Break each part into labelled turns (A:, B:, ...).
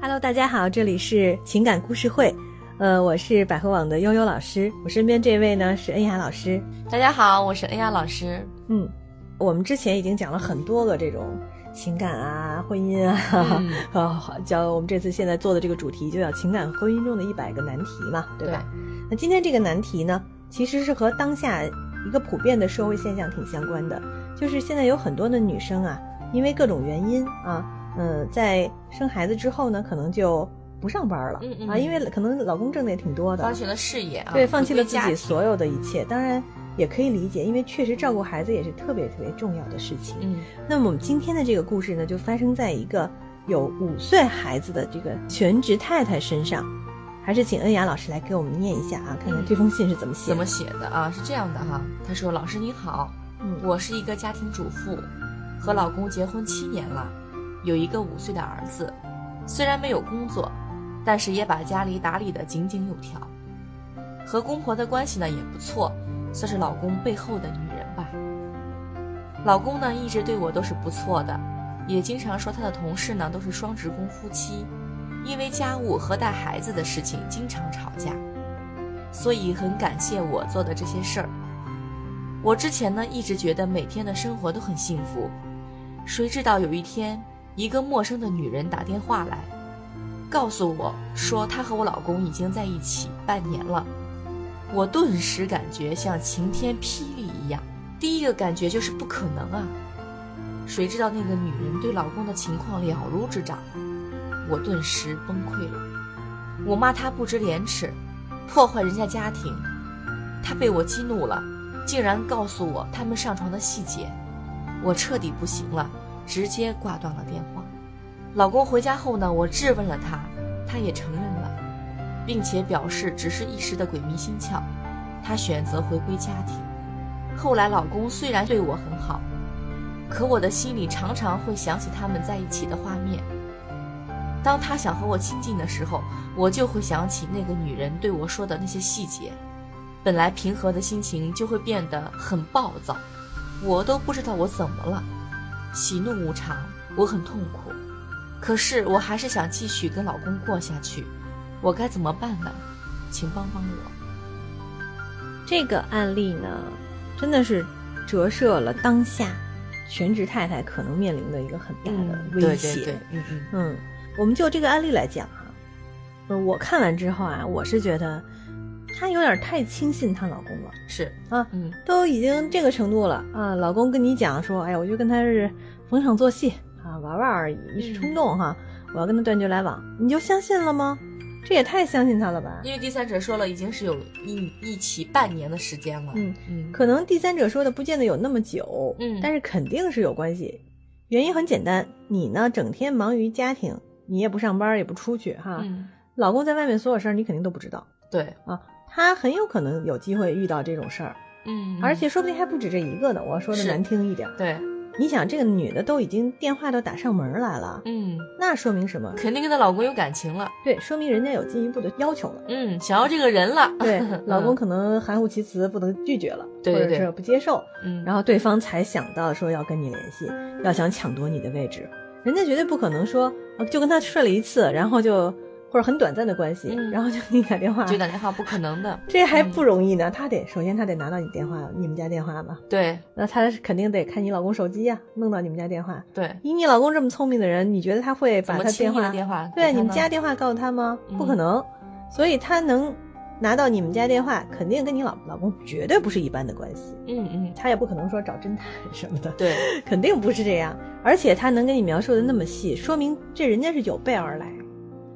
A: Hello，大家好，这里是情感故事会，呃，我是百合网的悠悠老师，我身边这位呢是恩雅老师。
B: 大家好，我是恩雅老师。
A: 嗯，我们之前已经讲了很多个这种情感啊、婚姻啊，
B: 嗯
A: 啊，教我们这次现在做的这个主题就叫情感婚姻中的一百个难题嘛，对吧？那今天这个难题呢，其实是和当下一个普遍的社会现象挺相关的，就是现在有很多的女生啊，因为各种原因啊，嗯，在生孩子之后呢，可能就不上班了，
B: 嗯嗯
A: 啊，因为可能老公挣的也挺多的，
B: 放弃了事业啊，
A: 对，放弃了自
B: 回归
A: 己
B: 家
A: 所有的一切。当然也可以理解，因为确实照顾孩子也是特别特别重要的事情。
B: 嗯
A: 那么我们今天的这个故事呢，就发生在一个有五岁孩子的这个全职太太身上，还是请恩雅老师来给我们念一下啊，看看
B: 嗯
A: 这封信是怎么写的。
B: 怎么写的啊？是这样的哈、他说：“老师您好，
A: 嗯，
B: 我是一个家庭主妇，和老公结婚七年了，有一个五岁的儿子，虽然没有工作，但是也把家里打理得井井有条。和公婆的关系呢也不错，算是老公背后的女人吧。老公呢一直对我都是不错的，也经常说他的同事呢都是双职工夫妻，因为家务和带孩子的事情经常吵架，所以很感谢我做的这些事儿。我之前呢一直觉得每天的生活都很幸福，谁知道有一天，一个陌生的女人打电话来，告诉我说她和我老公已经在一起半年了。我顿时感觉像晴天霹雳一样，第一个感觉就是不可能啊！谁知道那个女人对老公的情况了如指掌，我顿时崩溃了。我骂她不知廉耻，破坏人家家庭，她被我激怒了。竟然告诉我他们上床的细节，我彻底不行了，直接挂断了电话。老公回家后呢，我质问了他，他也承认了，并且表示只是一时的鬼迷心窍，他选择回归家庭。后来老公虽然对我很好，可我的心里常常会想起他们在一起的画面。当他想和我亲近的时候，我就会想起那个女人对我说的那些细节。本来平和的心情就会变得很暴躁，我都不知道我怎么了，喜怒无常，我很痛苦。可是我还是想继续跟老公过下去，我该怎么办呢？请帮帮我。
A: 这个案例呢，真的是折射了当下全职太太可能面临的一个很大的威
B: 对
A: 胁。
B: 对对，嗯嗯
A: 嗯，我们就这个案例来讲哈、嗯，我看完之后啊，我是觉得她有点太轻信她老公了，
B: 是
A: 啊
B: 嗯
A: 都已经这个程度了啊，老公跟你讲说，哎呀，我就跟他是逢场作戏啊，玩玩而已，一时冲动哈，
B: 嗯
A: 我要跟他断绝来往，你就相信了吗？这也太相信他了吧？
B: 因为第三者说了，已经是有一一起半年的时间了。
A: 嗯
B: 嗯
A: 可能第三者说的不见得有那么久，
B: 嗯
A: 但是肯定是有关系。原因很简单，你呢整天忙于家庭，你也不上班，也不出去哈，
B: 嗯，
A: 老公在外面所有事儿你肯定都不知道。
B: 对，
A: 啊，他很有可能有机会遇到这种事儿，
B: 嗯，
A: 而且说不定还不止这一个呢。我要说的
B: 是
A: 难听一点儿，
B: 嗯对，
A: 你想这个女的都已经电话都打上门儿来了，
B: 嗯，
A: 那说明什么？
B: 肯定跟她老公有感情了，
A: 对，说明人家有进一步的要求了。
B: 嗯，想要这个人了。
A: 对，老公可能含糊其辞，不能拒绝了，
B: 嗯对对
A: 或者
B: 对
A: 是不接受，
B: 嗯，
A: 然后对方才想到说要跟你联系，要想抢夺你的位置，人家绝对不可能说啊就跟他睡了一次，然后就或者很短暂的关系，
B: 嗯
A: 然后就给你打电话，
B: 就打电话不可能的。
A: 这还
B: 嗯
A: 不容易呢。他得首先他得拿到你电话，你们家电话吧，
B: 对
A: 那他是肯定得看你老公手机呀、弄到你们家电话。
B: 对，
A: 以你老公这么聪明的人，你觉得他会
B: 怎
A: 把
B: 么
A: 他电
B: 轻易的
A: 话
B: 电话给
A: 对
B: 他
A: 你们
B: 呢
A: 家电话告诉他吗？
B: 嗯
A: 不可能，所以他能拿到你们家电话，肯定跟你老老公绝对不是一般的关系。
B: 嗯嗯，
A: 他也不可能说找侦探什么的，
B: 对，
A: 肯定不是这样。而且他能跟你描述的那么细，说明这人家是有备而来。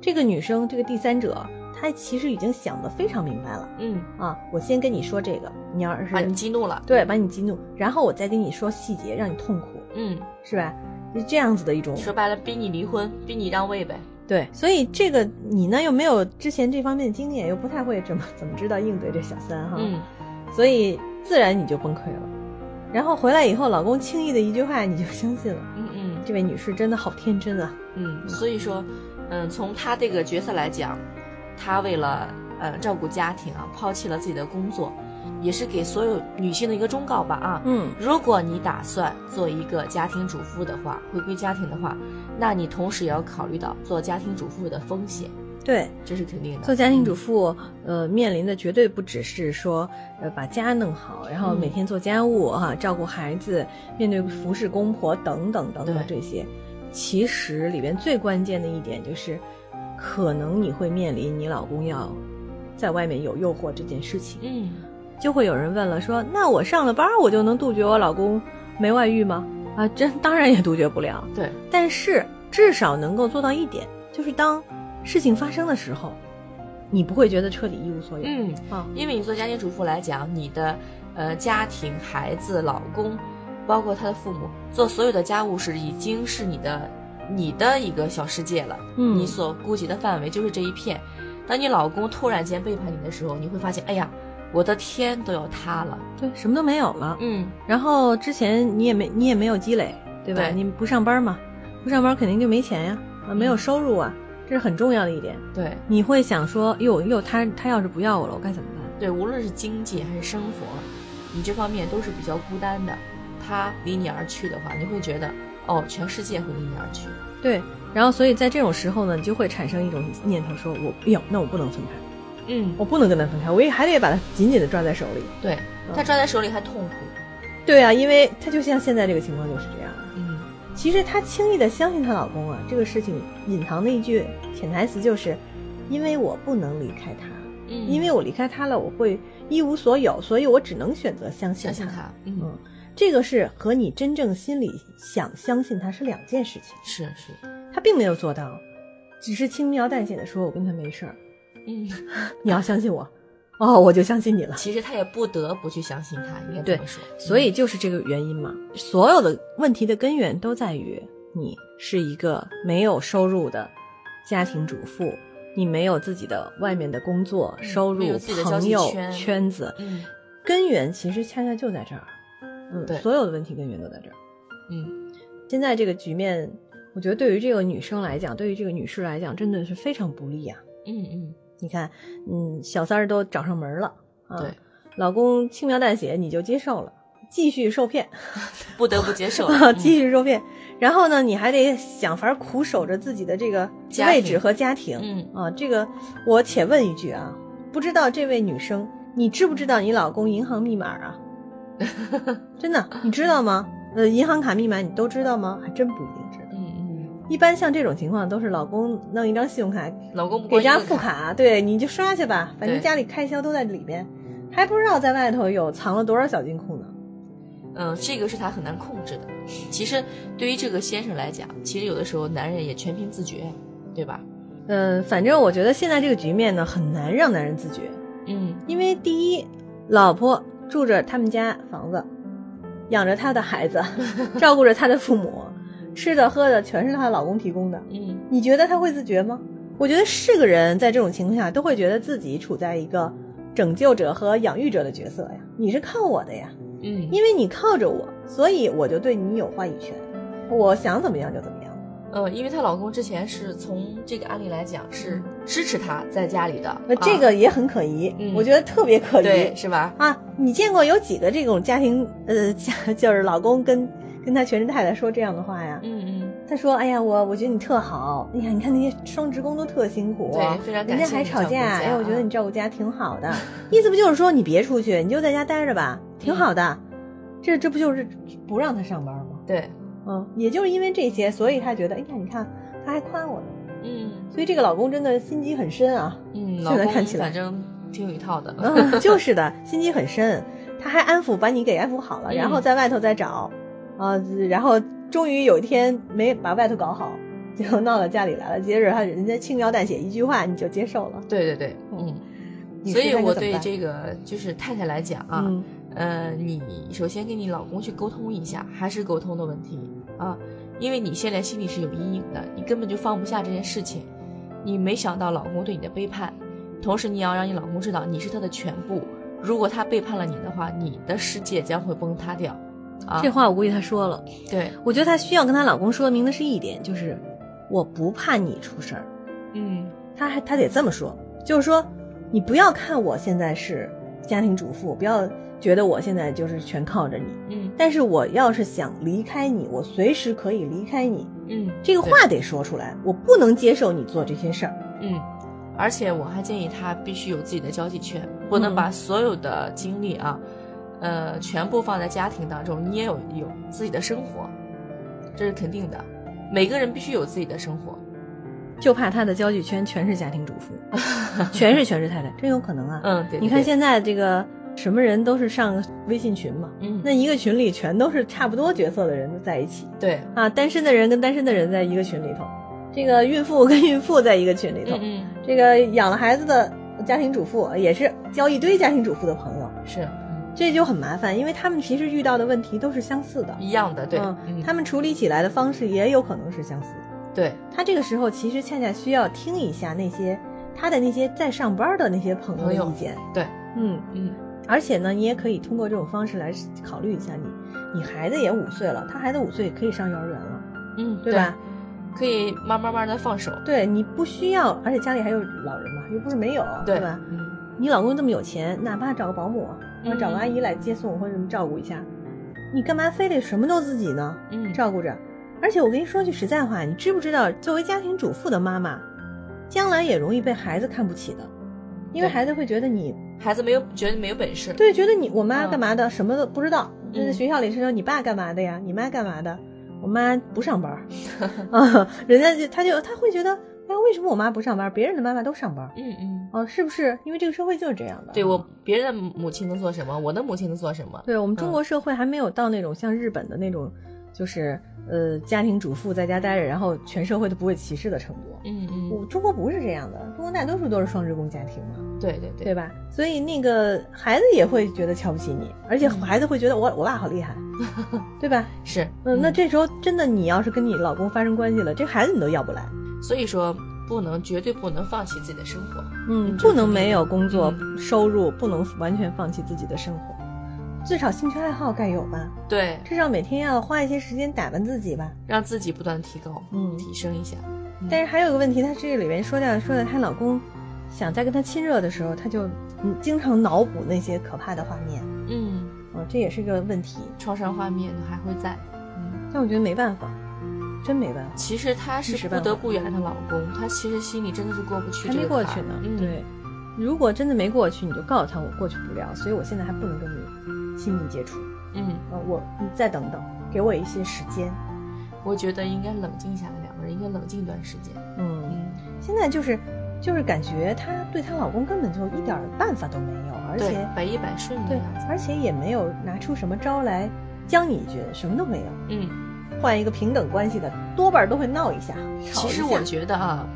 A: 这个女生，这个第三者，她其实已经想得非常明白了
B: 嗯，
A: 啊！我先跟你说这个，你要是
B: 把你激怒了，
A: 对，把你激怒，然后我再跟你说细节，让你痛苦，
B: 嗯，
A: 是吧？就这样子的一种
B: 说白了，逼你离婚，逼你让位呗，
A: 对，所以这个你呢又没有之前这方面的经验，又不太会怎么怎么知道应对这小三哈，
B: 嗯，
A: 所以自然你就崩溃了。然后回来以后，老公轻易的一句话你就相信了，
B: 嗯嗯
A: 这位女士真的好天真啊！
B: 嗯，所以说，嗯，从他这个角色来讲，他为了呃照顾家庭啊，抛弃了自己的工作，也是给所有女性的一个忠告吧啊。
A: 嗯
B: 如果你打算做一个家庭主妇的话，回归家庭的话，那你同时也要考虑到做家庭主妇的风险，
A: 对，
B: 这是肯定的。
A: 做家庭主妇，呃，面临的绝对不只是说，呃，把家弄好，然后
B: 嗯
A: 每天做家务哈、照顾孩子，面对服侍公婆等等等等
B: 对
A: 这些。其实里边最关键的一点就是，可能你会面临你老公要在外面有诱惑这件事情。
B: 嗯，
A: 就会有人问了说，那我上了班儿我就能杜绝我老公没外遇吗？啊，这当然也杜绝不了，
B: 嗯，对，
A: 但是至少能够做到一点，就是当事情发生的时候，你不会觉得彻底一无所有。
B: 嗯，
A: 啊，
B: 因为你做家庭主妇来讲，你的呃家庭、孩子、老公，包括他的父母，做所有的家务事已经是你的你的一个小世界了。
A: 嗯
B: 你所顾及的范围就是这一片。当你老公突然间背叛你的时候，你会发现，哎呀，我的天都要塌了。
A: 对，什么都没有了。
B: 嗯，
A: 然后之前你也没你也没有积累，对吧？
B: 对
A: 你不上班嘛，不上班肯定就没钱呀，啊，没有
B: 嗯
A: 收入啊，这是很重要的一点。
B: 对
A: 你会想说，哟哟，他他要是不要我了，我该怎么办？
B: 对，无论是经济还是生活，你这方面都是比较孤单的。他离你而去的话，你会觉得，哦，全世界会离你而去。
A: 对，然后所以在这种时候呢，你就会产生一种念头说，我哟，那我不能分开，
B: 嗯，
A: 我不能跟他分开，我也还得把他紧紧的抓在手里。
B: 对，
A: 嗯
B: 他抓在手里还痛苦。
A: 对啊，因为她就像现在这个情况就是这样。啊
B: 嗯。
A: 其实她轻易的相信她老公啊，这个事情隐藏的一句潜台词就是，因为我不能离开他，
B: 嗯，
A: 因为我离开他了，我会一无所有，所以我只能选择相信
B: 相
A: 他。
B: 信他，嗯，
A: 嗯，这个是和你真正心里想相信他是两件事情。
B: 是是，
A: 她并没有做到，只是轻描淡写的说：“我跟他没事儿，
B: 嗯，
A: 你要相信我。”哦，我就相信你了。
B: 其实他也不得不去相信他，应该
A: 对
B: 这么说。
A: 所以就是这个原因嘛，所有的问题的根源都在于你是一个没有收入的家庭主妇，你没有自己的外面的工作、
B: 嗯
A: 收
B: 没
A: 入
B: 有、自己的交
A: 朋
B: 际
A: 友
B: 圈
A: 圈子，
B: 嗯，
A: 根源其实恰恰就在这儿。嗯，
B: 对
A: 所有的问题根源都在这儿。
B: 嗯
A: 现在这个局面，我觉得对于这个女生来讲，对于这个女士来讲，真的是非常不利啊。
B: 嗯嗯
A: 你看，嗯，小三儿都找上门了，啊、
B: 对，
A: 老公轻描淡写你就接受了，继续受骗。
B: 嗯，不得不接受
A: 啊，
B: 了，
A: 继
B: 嗯
A: 续受骗。然后呢，你还得想法儿苦守着自己的这个
B: 家
A: 位
B: 庭
A: 置和家庭。
B: 嗯
A: 啊，这个我且问一句啊，不知道这位女生，你知不知道你老公银行密码 啊？真的，你知道吗？呃，银行卡密码你都知道吗？还真不一定知道。
B: 嗯
A: 一般像这种情况都是老公弄一张信用卡
B: 嗯，老公
A: 给
B: 不光一
A: 张
B: 个
A: 副，卡，对，你就刷去吧，反正
B: 对
A: 家里开销都在里边，还不知道在外头有藏了多少小金库呢。
B: 嗯，这个是他很难控制的。其实对于这个先生来讲，其实有的时候男人也全凭自觉，对吧？
A: 嗯，反正我觉得现在这个局面呢，很难让男人自觉，
B: 嗯
A: 因为第一，老婆住着他们家房子，养着他的孩 子，照顾着他的父母，吃的喝的全是她老公提供的。
B: 嗯，
A: 你觉得她会自觉吗？我觉得是个人在这种情况下都会觉得自己处在一个拯救者和养育者的角色呀。你是靠我的呀，
B: 嗯，
A: 因为你靠着我，所以我就对你有话语权，我想怎么样就怎么样。
B: 呃，因为她老公之前是从这个案例来讲是支持她在家里的
A: 那，这
B: 啊
A: 个也很可疑，
B: 嗯
A: 我觉得特别可疑。
B: 对是吧？
A: 啊，你见过有几个这种家庭呃家 就是老公跟跟他全职太太说这样的话呀？
B: 嗯嗯，
A: 他说：“哎呀，我我觉得你特好，哎呀，你看那些双职工都特辛苦，啊
B: 对，非
A: 人
B: 常感谢
A: 家还
B: 你
A: 吵
B: 照顾
A: 架，
B: 家
A: 哎，我觉得
B: 啊
A: 你照顾家挺好的，意思不就是说你别出去，你就在家待着吧，挺好的。
B: 嗯
A: 这这不就是不让他上班吗？
B: 对，
A: 嗯，也就是因为这些，所以他觉得，哎呀，你看他还夸我呢，
B: 嗯。
A: 所以这个老公真的心机很深啊。”
B: 嗯，
A: 现
B: 老
A: 在
B: 公
A: 看起来
B: 反正挺有一套 的。
A: 嗯，就是的，心机很深，他还安抚把你给安抚好了，
B: 嗯
A: 然后在外头再找，啊、然后终于有一天没把外头搞好，就闹到家里来了。接着他人家轻描淡写一句话你就接受了，
B: 对对对，嗯。
A: 你
B: 所
A: 这
B: 以
A: 该
B: 我
A: 怎么
B: 对
A: 办
B: 这个就是太太来讲啊，
A: 嗯，
B: 呃，你首先跟你老公去沟通一下，还是沟通的问题啊，因为你现在心里是有阴影的，你根本就放不下这件事情，你没想到老公对你的背叛，同时你要让你老公知道你是他的全部，如果他背叛了你的话，你的世界将会崩塌掉。啊，
A: 这话我估计她说了。
B: 对，
A: 我觉得她需要跟她老公说明的是一点，就是我不怕你出事儿，
B: 嗯
A: 她还她得这么说，就是说你不要看我现在是家庭主妇，不要觉得我现在就是全靠着你。
B: 嗯
A: 但是我要是想离开你，我随时可以离开你，
B: 嗯，
A: 这个
B: 对
A: 话得说出来，我不能接受你做这些事儿。
B: 嗯，而且我还建议他必须有自己的交际圈，不能
A: 嗯
B: 把所有的精力啊，呃，全部放在家庭当中。你也有有自己的生活，这是肯定的。每个人必须有自己的生活。
A: 就怕他的交际圈全是家庭主 妇，全是全职太太，真有可能啊。
B: 嗯，对。
A: 你看
B: 对
A: 现在这个什么人都是上微信群嘛，
B: 嗯，
A: 那一个群里全都是差不多角色的人在一起
B: 对，
A: 啊，单身的人跟单身的人在一个群里头，这个孕妇跟孕妇在一个群里头，
B: 嗯
A: 这个养了孩子的家庭主妇也是交一堆家庭主妇的朋友，
B: 嗯，是嗯
A: 这就很麻烦，因为他们其实遇到的问题都是相似的，
B: 一样的，对，
A: 嗯，
B: 嗯，
A: 他们处理起来的方式也有可能是相似的。
B: 对，
A: 他这个时候其实恰恰需要听一下那些他的那些在上班的那些朋
B: 朋
A: 友
B: 友
A: 的意见，
B: 对，
A: 嗯，
B: 嗯，
A: 而且呢，你也可以通过这种方式来考虑一下你，你孩子也五岁了，他孩子五岁可以上幼儿园了，
B: 嗯，
A: 对吧？？
B: 可以慢慢慢的放手，
A: 对你不需要，而且家里还有老人嘛，又不是没有，
B: 对
A: 吧？
B: 嗯，
A: 你老公这么有钱，哪怕找个保姆，或者找个
B: 嗯
A: 阿姨来接送或者什么照顾一下，你干嘛非得什么都自己呢？
B: 嗯，
A: 照顾着。而且我跟你说句实在话，你知不知道，作为家庭主妇的妈妈，将来也容易被孩子看不起的，因为
B: 对
A: 孩子会觉得你
B: 孩子没有觉得你没有本事，
A: 对，觉得你我妈
B: 嗯
A: 干嘛的，什么都不知道。就在
B: 嗯
A: 学校里是说你爸干嘛的呀，你妈干嘛的？我妈不上班 儿，啊，人家就他就他会觉得，哎，为什么我妈不上班儿？别人的妈妈都上班儿，
B: 嗯嗯，
A: 哦，是不是？因为这个社会就是这样的。
B: 对我别人的母亲能做什么，我的母亲能做什么？
A: 对我们中
B: 嗯
A: 国社会还没有到那种像日本的那种，就是呃家庭主妇在家待着，然后全社会都不会歧视的程度。
B: 嗯嗯，
A: 我中国不是这样的，中国大多数都是双职工家庭嘛，
B: 对对对
A: 对吧？所以那个孩子也会觉得瞧不起你，而且
B: 嗯
A: 孩子会觉得我我爸好厉 害，对吧？
B: 是，
A: 嗯，那这时候真的你要是跟你老公发生关系了，这孩子你都要不来，
B: 所以说不能绝对不能放弃自己的生活。
A: 嗯，
B: 嗯
A: 不能没有工作
B: 嗯
A: 收入，不能完全放弃自己的生活，至少兴趣爱好该有吧，
B: 对，
A: 至少每天要花一些时间打扮自己吧。
B: 让自己不断提高，
A: 嗯
B: 提升一下。嗯
A: 但是还有一个问题，她这里面说到说到她老公想在跟她亲热的时候，她就嗯经常脑补那些可怕的画面，
B: 嗯，
A: 哦，这也是个问题。
B: 创伤画面还会在。嗯，
A: 但我觉得没办法，真没办法，
B: 其实她
A: 一时
B: 是
A: 半会
B: 不得
A: 儿嗯
B: 不原谅她老公，她其实心里真的是过不去
A: 还
B: 这
A: 没
B: 个
A: 过
B: 坎
A: 去
B: 儿
A: 呢。
B: 嗯，
A: 对，如果真的没过去，你就告诉他我过去不了，所以我现在还不能跟你亲密接触。
B: 嗯，
A: 呃，我你再等等，给我一些时间。
B: 我觉得应该冷静下来，两个人应该冷静一段时间。
A: 嗯，
B: 嗯，
A: 现在就是就是感觉她对她老公根本就一点儿办法都没有，而
B: 对
A: 且，
B: 百依百顺的
A: 对啊
B: 样，子。
A: 而且也没有拿出什么招来将你一军，什么都没有。
B: 嗯，
A: 换一个平等关系的，多半都会闹一下。吵
B: 其
A: 一
B: 实
A: 下
B: 我觉得啊，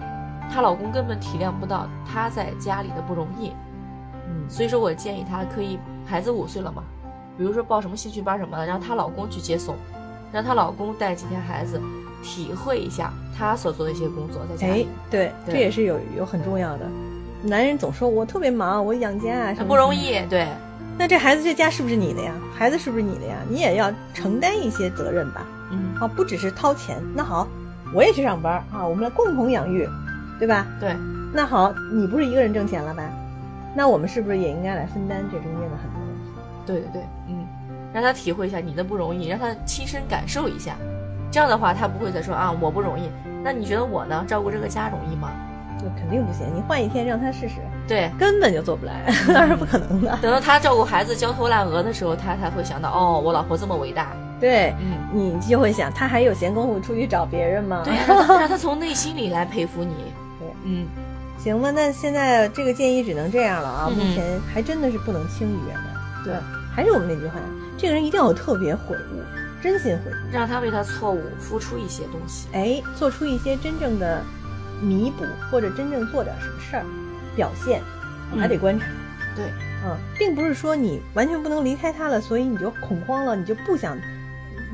B: 她老公根本体谅不到她在家里的不容易。
A: 嗯，
B: 所以说我建议她可以，孩子五岁了嘛，比如说报什么兴趣班什么的，让她老公去接送，让她老公带几天孩子，体会一下她所做的一些工作在家
A: 哎
B: 里，，
A: 对，
B: 对
A: 这也是有有很重要的。男人总说我特别忙，我养家啊什
B: 很
A: 么
B: 不容
A: 什么
B: 易，对，
A: 的。那这孩子这家是不是你的呀？孩子是不是你的呀？你也要承担一些责任吧？
B: 嗯，
A: 啊，不只是掏钱。那好，我也去上班啊，我们来共同养育，对吧？
B: 对，
A: 那好，你不是一个人挣钱了吧？那我们是不是也应该来分担这中间的很多问题？
B: 对对对，嗯，让她体会一下你的不容易，让她亲身感受一下，这样的话她不会再说啊我不容易，那你觉得我呢照顾这个家容易吗？
A: 那肯定不行，你换一天让他试试，
B: 对。
A: 根本就做不来，那是不可能的。
B: 等到她照顾孩子焦头烂额的时候，她才会想到哦，我老婆这么伟大。
A: 对，
B: 嗯，
A: 你就会想，他还有闲工夫出去找别人吗？
B: 对，让她让她从内心里来佩 服你。
A: 对，
B: 嗯，
A: 行吧，那现在这个建议只能这样了啊，
B: 嗯
A: 目前还真的是不能轻易原谅。
B: 对，
A: 嗯还是我们那句话，这个人一定要有特别悔悟，真心悔悟，
B: 让他为他错误付出一些东西。
A: 哎，做出一些真正的弥补，或者真正做点什么事儿，表现
B: 嗯
A: 还得观察。
B: 对，
A: 嗯，并不是说你完全不能离开他了，所以你就恐慌了，你就不想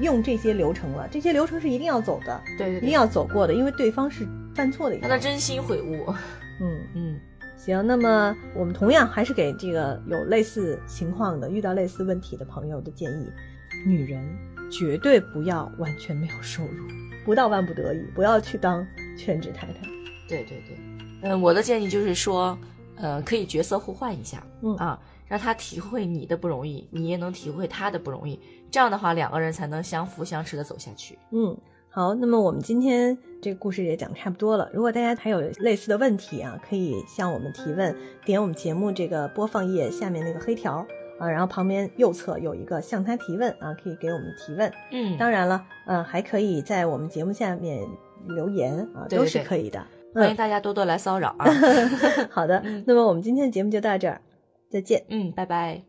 A: 用这些流程了。这些流程是一定要走的，
B: 对对
A: 一定
B: 对，
A: 要走过的，因为对方是犯错的一
B: 让
A: 方。
B: 他真心悔 悟。
A: 嗯，
B: 嗯，
A: 行，那么我们同样还是给这个有类似情况的、遇到类似问题的朋友的建议：女人绝对不要完全没有收入，不到万不得已，不要去当全职太太。
B: 对对对。嗯，我的建议就是说，呃，可以角色互换一下
A: 嗯
B: 啊，让他体会你的不容易，你也能体会他的不容易。这样的话，两个人才能相扶相持的走下去。
A: 嗯，好，那么我们今天这个故事也讲的差不多了。如果大家还有类似的问题啊，可以向我们提问，点我们节目这个播放页下面那个黑条啊，然后旁边右侧有一个向他提问啊，可以给我们提问。
B: 嗯
A: 当然了，呃，还可以在我们节目下面留言啊，
B: 对
A: 都
B: 对
A: 是
B: 对
A: 可以的。嗯
B: 欢迎大嗯家多多来骚 扰啊。
A: 好的，那么我们今天的节目就到这儿，再见。
B: 嗯，拜拜。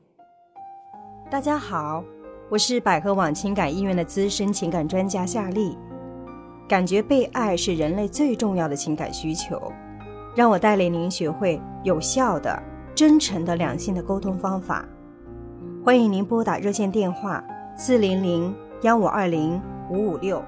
C: 大家好，我是百合网情感医院的资深情感专家夏丽。感觉被爱是人类最重要的情感需求，让我带领您学会有效的、真诚的、两性的沟通方法。欢迎您拨打热线电话四零零幺五二零五五六